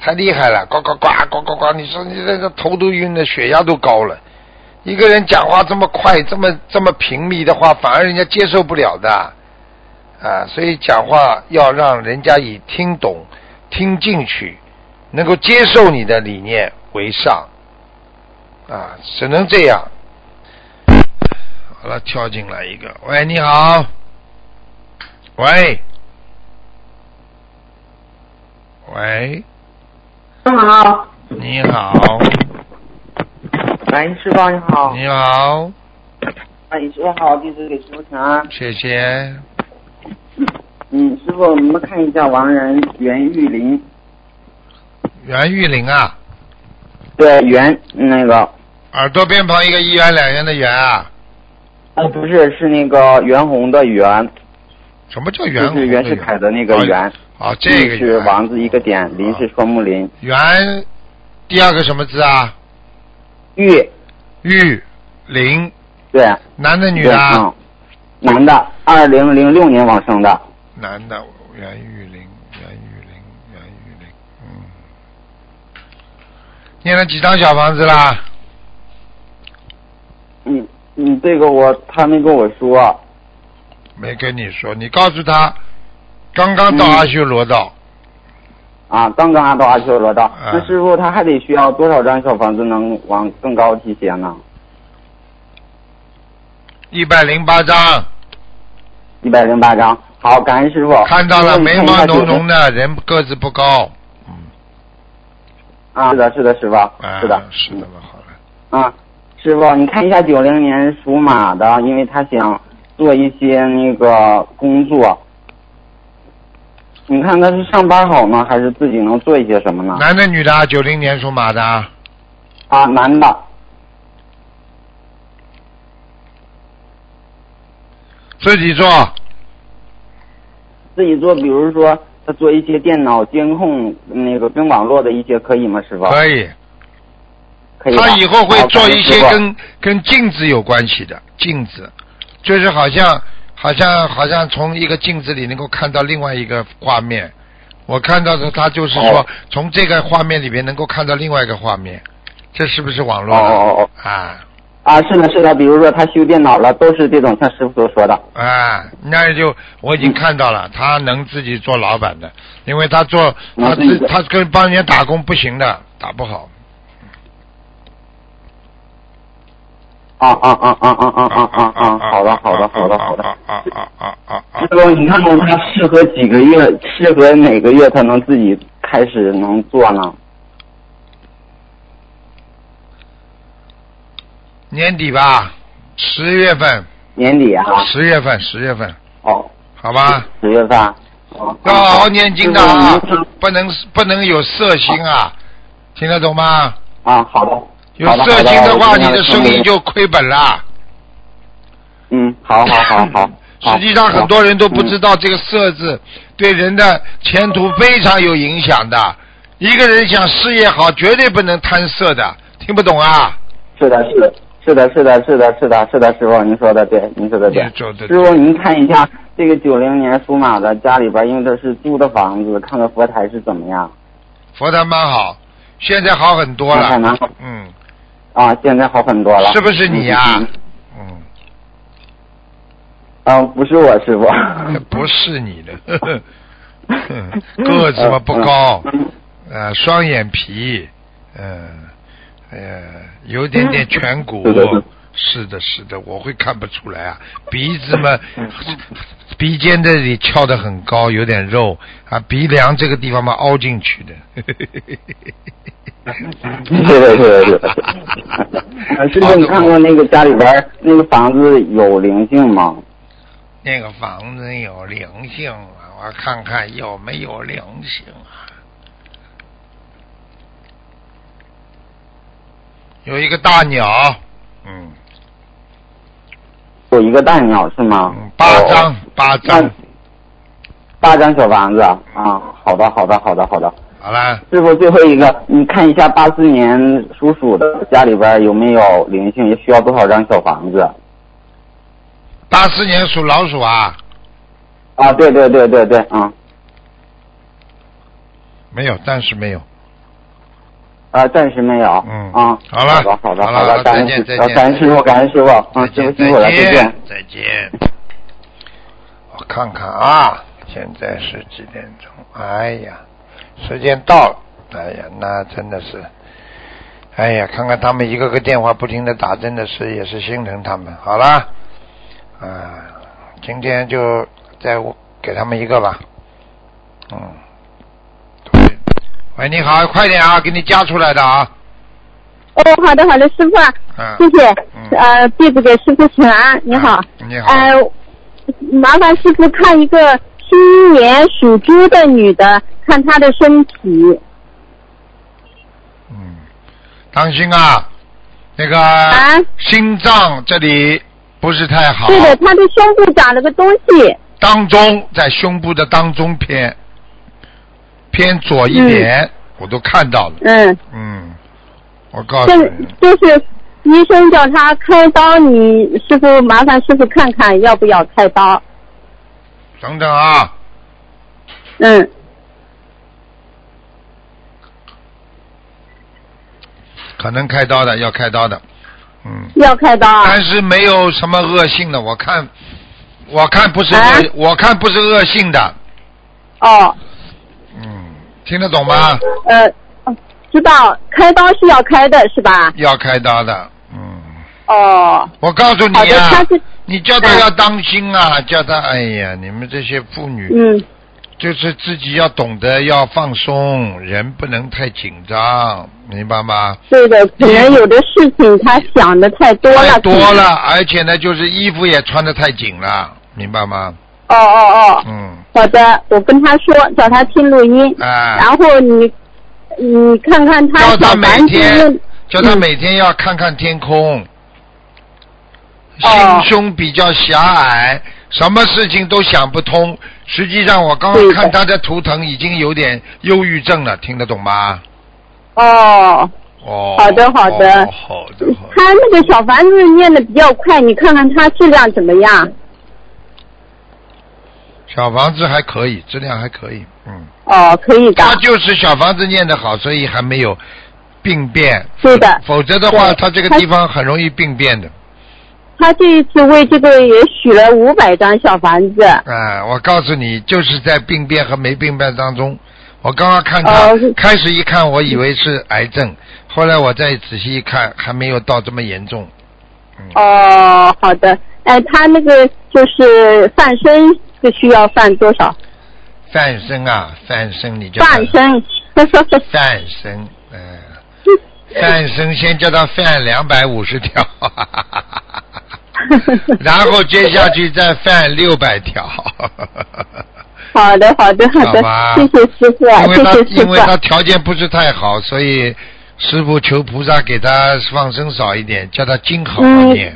Speaker 1: 太厉害了，呱呱呱呱呱呱！你说你这个头都晕了，血压都高了。一个人讲话这么快，这么这么平密的话，反而人家接受不了的啊。所以讲话要让人家以听懂、听进去，能够接受你的理念为上啊，只能这样。好了，跳进来一个，喂，你好，喂，喂，
Speaker 5: 你好，
Speaker 1: 你好，
Speaker 5: 喂，哎师傅你好，
Speaker 1: 你好，
Speaker 5: 哎，师傅好，弟子给师傅请安。
Speaker 1: 谢谢。
Speaker 5: 嗯，师傅，我们看一下亡人袁玉林，
Speaker 1: 袁玉玲啊，
Speaker 5: 对袁那个，
Speaker 1: 耳朵边旁一个一元两元的元啊，
Speaker 5: 呃，不是，是那个袁弘的袁，
Speaker 1: 什么叫
Speaker 5: 就
Speaker 1: 袁？
Speaker 5: 是袁世凯的那个袁，
Speaker 1: 哦。哦，这个
Speaker 5: 玉是
Speaker 1: 袁。哦
Speaker 5: 王字一个点，林是双木林，
Speaker 1: 袁，第二个什么字啊？
Speaker 5: 玉，
Speaker 1: 玉玲，
Speaker 5: 对，
Speaker 1: 男的女
Speaker 5: 对
Speaker 1: 的啊？
Speaker 5: 嗯，男的，二零零六年往生的，
Speaker 1: 男的，袁玉玲，袁玉玲，袁玉玲，嗯。念了几张小房子啦？
Speaker 5: 嗯嗯，这个我他没跟我说，
Speaker 1: 没跟你说，你告诉他，刚刚到
Speaker 5: 嗯
Speaker 1: 阿修罗道，
Speaker 5: 啊，刚刚按到阿修罗道，
Speaker 1: 啊
Speaker 5: 那师傅他还得需要多少张小房子能往更高提些呢？
Speaker 1: 一百零八章，
Speaker 5: 一百零八张。好，感恩师傅。
Speaker 1: 看到了，
Speaker 5: 师傅
Speaker 1: 眉毛浓。
Speaker 5: 哦你看一下九
Speaker 1: 浓
Speaker 5: 十
Speaker 1: 的，人个子不高，嗯，
Speaker 5: 啊，是的，是的，师傅，
Speaker 1: 啊，
Speaker 5: 是的，嗯
Speaker 1: 是的嘛，好了。
Speaker 5: 啊，师傅，你看一下九零年属马的，因为他想做一些那个工作，你看他是上班好呢，还是自己能做一些什么呢？
Speaker 1: 男的女的啊？九零年属马的啊，
Speaker 5: 啊，男的，
Speaker 1: 自己做，
Speaker 5: 自己做，比如说他做一些电脑监控那个跟网络的一些，可以吗，师傅？
Speaker 1: 可以。
Speaker 5: 可以吧。
Speaker 1: 他以后会
Speaker 5: 好
Speaker 1: 做
Speaker 5: 感谢
Speaker 1: 一
Speaker 5: 师
Speaker 1: 些
Speaker 5: 傅
Speaker 1: 跟跟镜子有关系的镜子，就是好像好像好像从一个镜子里能够看到另外一个画面。我看到的他就是说
Speaker 5: 哦
Speaker 1: 从这个画面里边能够看到另外一个画面，这是不是网络
Speaker 5: 哦
Speaker 1: 的
Speaker 5: 哦哦
Speaker 1: 啊
Speaker 5: 啊，是的，是的，比如说他修电脑了，都是这种像师傅所说的。
Speaker 1: 啊，那就我已经看到了，他能自己做老板的，因为他做
Speaker 5: 能
Speaker 1: 他
Speaker 5: 自己
Speaker 1: 自
Speaker 5: 做
Speaker 1: 他跟帮人家打工不行的，打不好。
Speaker 5: 啊啊啊啊啊啊啊啊啊！好的，好的，好的，好的。
Speaker 1: 啊啊啊啊啊啊！
Speaker 5: 师傅，你看看他适合几个月，适合哪个月他能自己开始能做呢？
Speaker 1: 年底吧，十月份，
Speaker 5: 年底啊，
Speaker 1: 十月份，十月份，
Speaker 5: 哦，
Speaker 1: 好吧？
Speaker 5: 十月份啊。哦
Speaker 1: 要好好念经的啊
Speaker 5: 师傅您看，
Speaker 1: 不能不能有色心啊，听得懂吗？
Speaker 5: 啊，好的。
Speaker 1: 有
Speaker 5: 好的
Speaker 1: 色心的话，
Speaker 5: 好的
Speaker 1: 你的生意
Speaker 5: 我
Speaker 1: 就亏本啦。
Speaker 5: 嗯，好好好好。好
Speaker 1: 实际上，很多人都不知。
Speaker 5: 嗯
Speaker 1: 道这个“色”字对人的前途非常有影响的。一个人想事业好，绝对不能贪色的，听不懂啊？
Speaker 5: 是的，是的，是的，是的，是的，是的，是的，师傅，您说的对，您说的对
Speaker 1: 你。说的
Speaker 5: 师傅，您看一下这个九零年属马的家里边，因为这是租的房子，看看佛台是怎么样。
Speaker 1: 佛台蛮好，现在好很多
Speaker 5: 看看
Speaker 1: 了。
Speaker 5: 呢？
Speaker 1: 嗯，
Speaker 5: 啊，现在好很多了。
Speaker 1: 是不是你呀、
Speaker 5: 嗯
Speaker 1: 嗯。
Speaker 5: 嗯，嗯不是我师傅。
Speaker 1: 不是你的，呵呵 (laughs) 个子嘛不高
Speaker 5: 嗯嗯
Speaker 1: 呃，双眼皮，嗯、呃，有点
Speaker 5: (laughs)
Speaker 1: 点颧骨
Speaker 5: 是的是的，
Speaker 1: 是的，是的，我会看不出来啊，鼻子嘛，
Speaker 5: 嗯
Speaker 1: (laughs) 鼻尖这里翘得很高，有点肉啊，鼻梁这个地方嘛凹进去的，
Speaker 5: (laughs) 嗯是的，是
Speaker 1: (laughs)
Speaker 5: 的，是的。啊师傅，你
Speaker 1: 哦
Speaker 5: 看过那个家里边那个房子有灵性吗？
Speaker 1: 那个房子有灵性啊，我看看有没有灵性啊。有一个大鸟，嗯
Speaker 5: 有一个大鸟是吗
Speaker 1: 嗯，？八张、
Speaker 5: 哦
Speaker 1: 八张，
Speaker 5: 八张小房子啊，好的，好的，好的，好的。
Speaker 1: 好啦，
Speaker 5: 师傅，最后一个，你看一下八四年属鼠的家里边有没有灵性，也需要多少张小房子？
Speaker 1: 八四年属老鼠啊，
Speaker 5: 啊，对对对对对，啊、
Speaker 1: 没有，暂时没有。
Speaker 5: 啊，暂时没有。
Speaker 1: 嗯
Speaker 5: 啊，
Speaker 1: 好了
Speaker 5: 的，好的，
Speaker 1: 好了
Speaker 5: 好
Speaker 1: 好了
Speaker 5: 的，感恩
Speaker 1: 再见
Speaker 5: 师
Speaker 1: 再
Speaker 5: 啊
Speaker 1: 见
Speaker 5: 感恩师傅，感恩师傅，啊，师
Speaker 1: 再
Speaker 5: 傅
Speaker 1: 见
Speaker 5: 辛苦了，再见。
Speaker 1: 再见。我看看啊，现在是几点钟？哎呀，时间到了。哎呀，那真的是，哎呀，看看他们一个个电话不停的打，真的是也是心疼他们。好啦，啊，今天就再给他们一个吧。嗯，对。喂，你好，快点啊，给你加出来的啊。
Speaker 2: 哦，好的好的，师傅啊，
Speaker 1: 嗯
Speaker 2: 谢谢。
Speaker 1: 嗯
Speaker 2: 呃，弟子给师傅请安，你好。
Speaker 1: 啊你好。
Speaker 2: 呃，麻烦师傅看一个七一年属猪的女的，看她的身体。
Speaker 1: 嗯，当心啊，那个、
Speaker 2: 啊
Speaker 1: 心脏这里不是太好，
Speaker 2: 对的，她的胸部长了个东西。
Speaker 1: 当中在胸部的当中偏偏左一点，我都看到了。
Speaker 2: 嗯，
Speaker 1: 嗯，我告诉
Speaker 2: 这
Speaker 1: 你，
Speaker 2: 就是医生叫她开刀，你师傅麻烦师傅看看要不要开刀。
Speaker 1: 等等啊，
Speaker 2: 嗯，
Speaker 1: 可能开刀的，要开刀的，嗯，
Speaker 2: 要开刀啊。
Speaker 1: 但是没有什么恶性的，我看，我看不是恶，
Speaker 2: 啊
Speaker 1: 我看不是恶性的，
Speaker 2: 哦，
Speaker 1: 嗯，听得懂吗？
Speaker 2: 呃，哦知道开刀是要开的是吧？
Speaker 1: 要开刀的，嗯。
Speaker 2: 哦，
Speaker 1: 我告诉你
Speaker 2: 好的
Speaker 1: 啊
Speaker 2: 他是，
Speaker 1: 你叫他要当心啊，叫他，哎呀，你们这些妇女
Speaker 2: 嗯，
Speaker 1: 就是自己要懂得要放松，人不能太紧张，明白吗？
Speaker 2: 对的，可能有的事情他想的太多了。嗯
Speaker 1: 太多了，而且呢，就是衣服也穿的太紧了，明白吗？
Speaker 2: 哦哦哦，
Speaker 1: 嗯，
Speaker 2: 好的，我跟他说，找他听录音，
Speaker 1: 啊、
Speaker 2: 然后你你看看
Speaker 1: 叫
Speaker 2: 他
Speaker 1: 他
Speaker 2: 小
Speaker 1: 每
Speaker 2: 房
Speaker 1: 天
Speaker 2: 子，
Speaker 1: 叫他每天要看看天空，
Speaker 2: 哦
Speaker 1: 心胸比较狭隘，什么事情都想不通。实际上，我刚刚
Speaker 2: 对的
Speaker 1: 看他的图腾已经有点忧郁症了，听得懂吗？
Speaker 2: 哦，
Speaker 1: 哦，
Speaker 2: 好的好的
Speaker 1: 哦好的好
Speaker 2: (laughs)
Speaker 1: 的。
Speaker 2: 他那个小房子念的比较快，你看看他质量怎么样？
Speaker 1: 小房子还可以，质量还可以，嗯，
Speaker 2: 哦，可以的，
Speaker 1: 他就是小房子念得好，所以还没有病变，
Speaker 2: 对的。
Speaker 1: 否则的话，
Speaker 2: 啊对
Speaker 1: 他这个
Speaker 2: 他
Speaker 1: 地方很容易病变的。
Speaker 2: 他这一次为这个也许了五百张小房子。
Speaker 1: 哎，我告诉你，就是在病变和没病变当中，我刚刚看他、
Speaker 2: 哦是
Speaker 1: 开始一看，我以为是癌症，后来我再仔细一看，还没有到这么严重。
Speaker 2: 哦，好的。哎，他那个就是放生，就需要放多少？
Speaker 1: 范生啊，范生，你叫他
Speaker 2: 放生，
Speaker 1: 范生，嗯、范生先叫他范两百五十条， (laughs)
Speaker 2: (laughs)
Speaker 1: 然后接下去再范六百条。
Speaker 2: 好的，好的，好的
Speaker 1: 好吧，
Speaker 2: 谢谢师傅啊，
Speaker 1: 因为
Speaker 2: 谢
Speaker 1: 他
Speaker 2: 谢师
Speaker 1: 因
Speaker 2: 傅
Speaker 1: 为他
Speaker 2: 啊。
Speaker 1: 条件不是太好，所以师傅求菩萨给他放生少一点，叫他经好一点。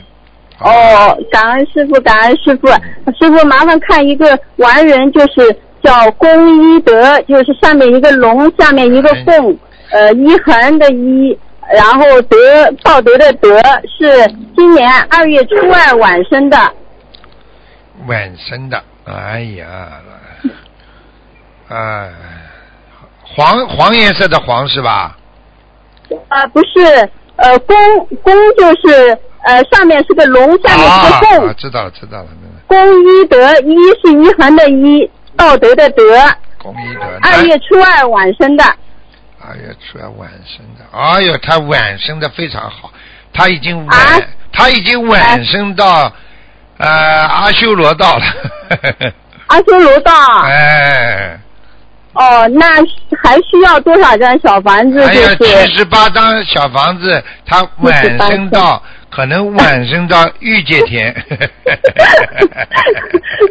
Speaker 1: 好吧，
Speaker 2: 哦，感恩师傅，感恩师傅，师傅麻烦看一个完人，就是叫龚一德，就是上面一个龙，下面一个凤，呃，一横的一，然后德道德的德，是今年二月初二晚生的。嗯
Speaker 1: 晚生的，哎呀，哎，黄黄颜色的黄是吧？
Speaker 2: 呃，不是，呃，公公就是呃，上面是个龙，下面是
Speaker 1: 啊
Speaker 2: 个凤。
Speaker 1: 啊，知道了知道了，嗯
Speaker 2: 公一德，一是一横的一，道德的德。
Speaker 1: 公益的
Speaker 2: 二月初二晚生的。
Speaker 1: 二月初要哎晚生的，哎呦，他晚生的非常好，他已经晚，
Speaker 2: 啊
Speaker 1: 他已经晚生到、呃阿修罗道了，
Speaker 2: 阿修罗道，
Speaker 1: (laughs) 哎，
Speaker 2: 哦，那还需要多少张小房子？
Speaker 1: 还
Speaker 2: 就
Speaker 1: 有七
Speaker 2: 是
Speaker 1: 十八张小房子，他晚生到可能晚生到御界
Speaker 2: (laughs)
Speaker 1: 天，
Speaker 2: (laughs)
Speaker 1: (laughs)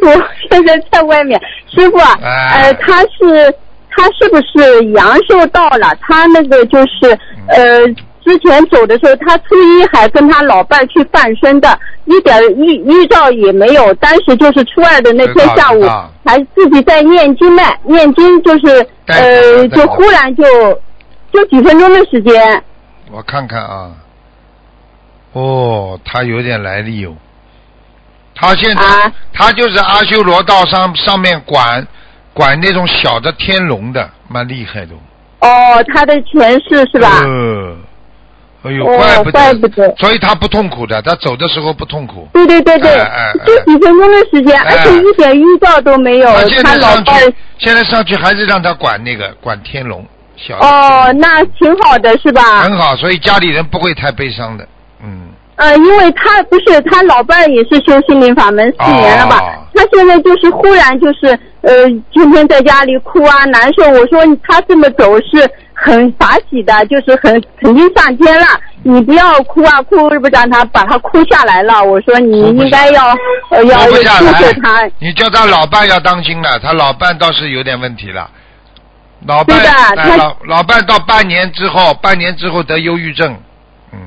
Speaker 2: 我现在在外面，师傅啊，
Speaker 1: 哎
Speaker 2: 呃，他是他是不是阳寿到了？他那个就是
Speaker 1: 嗯
Speaker 2: 呃，之前走的时候，他初一还跟他老伴儿去放生的，一点预预兆也没有。当时就是初二的那
Speaker 1: 知
Speaker 2: 天
Speaker 1: 道
Speaker 2: 下午
Speaker 1: 知道，
Speaker 2: 还自己在念经呢，念经就是
Speaker 1: 带走了带
Speaker 2: 呃，
Speaker 1: 走
Speaker 2: 就
Speaker 1: 了
Speaker 2: 忽然就就几分钟的时间，
Speaker 1: 我看看啊，哦，他有点来历哦。他现在、
Speaker 2: 啊
Speaker 1: 他就是阿修罗道上上面管管那种小的天龙的，蛮厉害的哦，
Speaker 2: 哦，他的前世是吧？
Speaker 1: 呃哎呦，
Speaker 2: 哦
Speaker 1: 怪不得，
Speaker 2: 怪不得
Speaker 1: 所以他不痛苦的，他走的时候不痛苦。
Speaker 2: 对对对对
Speaker 1: 哎哎哎，
Speaker 2: 就几分钟的时间，
Speaker 1: 哎
Speaker 2: 而且一点预兆都没有
Speaker 1: 他。现
Speaker 2: 哦他
Speaker 1: 在
Speaker 2: 老
Speaker 1: 上
Speaker 2: 伴
Speaker 1: 去
Speaker 2: 儿，
Speaker 1: 现在上去还是让他管那个管天龙，小的
Speaker 2: 哦，啊
Speaker 1: 天龙
Speaker 2: 那挺好的是吧？
Speaker 1: 很好，所以家里人不会太悲伤的，嗯。
Speaker 2: 呃，因为他不是他老伴儿也是修心灵法门四年了吧？
Speaker 1: 哦
Speaker 2: 他现在就是忽然就是呃，天天在家里哭啊难受。我说你他这么走是很法喜的，就是很肯定上天了。你不要哭啊哭，是不是让他把他哭下来了？我说你
Speaker 1: 哭不
Speaker 2: 应该要呃要
Speaker 1: 活不下
Speaker 2: 祝
Speaker 1: 来
Speaker 2: 福他。。
Speaker 1: 你叫他老伴要当心了，他老伴倒是有点问题了。老伴
Speaker 2: 对的
Speaker 1: 哎
Speaker 2: 他
Speaker 1: 老老伴到半年之后，半年之后得忧郁症，嗯，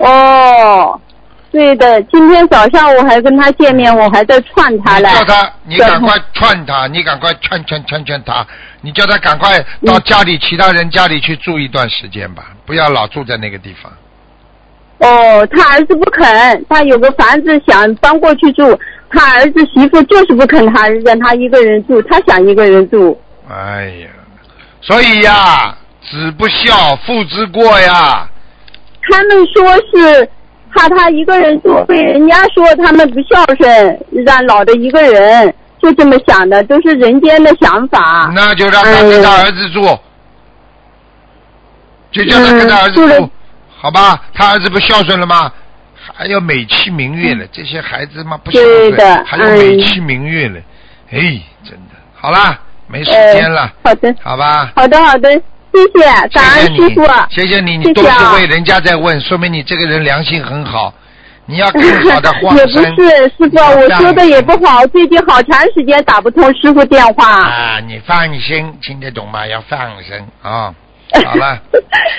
Speaker 2: 哦，对的，今天早上我还跟他见面，我还在串他
Speaker 1: 你
Speaker 2: 嘞。
Speaker 1: 叫他，你
Speaker 2: 对
Speaker 1: 赶快劝他，你赶快劝劝劝劝他，你叫他赶快到家里其他人家里去住一段时间吧，不要老住在那个地方。
Speaker 2: 哦，他儿子不肯，他有个房子想搬过去住，他儿子媳妇就是不肯他让他一个人住，他想一个人住。
Speaker 1: 哎呀，所以呀，子不孝，父之过呀。
Speaker 2: 他们说是怕他一个人住，被人家说他们不孝顺，让老的一个人，就这么想的，都是人间的想法。
Speaker 1: 那就让他跟他儿子住，就叫他跟他儿子
Speaker 2: 嗯住
Speaker 1: 住
Speaker 2: 了，
Speaker 1: 好吧？他儿子不孝顺了吗？还要美其名曰了，这些孩子嘛不孝
Speaker 2: 对
Speaker 1: 顺
Speaker 2: 的，
Speaker 1: 哎还要美其名曰了，哎，真的，好啦，没时间了，
Speaker 2: 呃好的，
Speaker 1: 好吧？
Speaker 2: 好的，好的，谢谢，
Speaker 1: 谢
Speaker 2: 感
Speaker 1: 谢
Speaker 2: 恩师
Speaker 1: 你
Speaker 2: 傅。，
Speaker 1: 谢谢你，
Speaker 2: 谢
Speaker 1: 你
Speaker 2: 谢
Speaker 1: 都是
Speaker 2: 啊
Speaker 1: 为人家在问，说明你这个人良心很好。你要更好的化
Speaker 2: (laughs) 也不
Speaker 1: 身。
Speaker 2: 是师傅，啊我说的也不好，最近好长时间打不通师傅电话。
Speaker 1: 啊，你放心，听得懂吗？要放生
Speaker 2: (laughs)
Speaker 1: 啊、好了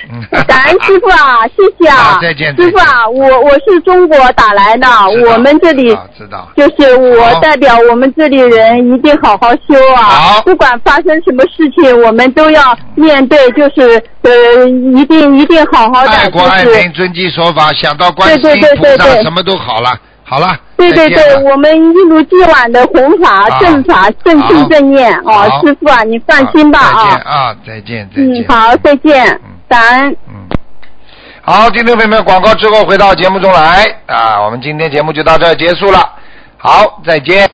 Speaker 1: 嗯
Speaker 2: 感恩师傅啊，谢谢
Speaker 1: (laughs)
Speaker 2: 啊
Speaker 1: 好，再见
Speaker 2: 师傅啊，
Speaker 1: 再见
Speaker 2: 我我是中国打来的，
Speaker 1: (laughs) 知道
Speaker 2: 我们这里
Speaker 1: 知道知道。
Speaker 2: 就是
Speaker 1: 好
Speaker 2: 我代表我们这里人一定好好修啊
Speaker 1: 好！
Speaker 2: 不管发生什么事情，我们都要面对，就是呃，一定一定好好
Speaker 1: 爱
Speaker 2: 的，
Speaker 1: 国
Speaker 2: 就
Speaker 1: 爱
Speaker 2: 是
Speaker 1: 民，遵纪守法，想到观世
Speaker 2: 对
Speaker 1: 音
Speaker 2: 对
Speaker 1: 菩
Speaker 2: 对对
Speaker 1: 萨，
Speaker 2: 对
Speaker 1: 什么都好了。好了，
Speaker 2: 对对
Speaker 1: 再见啊
Speaker 2: 对，
Speaker 1: 了
Speaker 2: 我们一如既往的弘法
Speaker 1: 好
Speaker 2: 正法正
Speaker 1: 好
Speaker 2: 信正念啊
Speaker 1: 好，
Speaker 2: 师傅啊，你放心吧
Speaker 1: 好再见
Speaker 2: 啊！
Speaker 1: 啊，再见再
Speaker 2: 嗯
Speaker 1: 见。，
Speaker 2: 好，再见
Speaker 1: 嗯，
Speaker 2: 感恩。
Speaker 1: 嗯，好，听众朋友们，广告之后回到节目中来啊，我们今天节目就到这儿结束了，好，再见。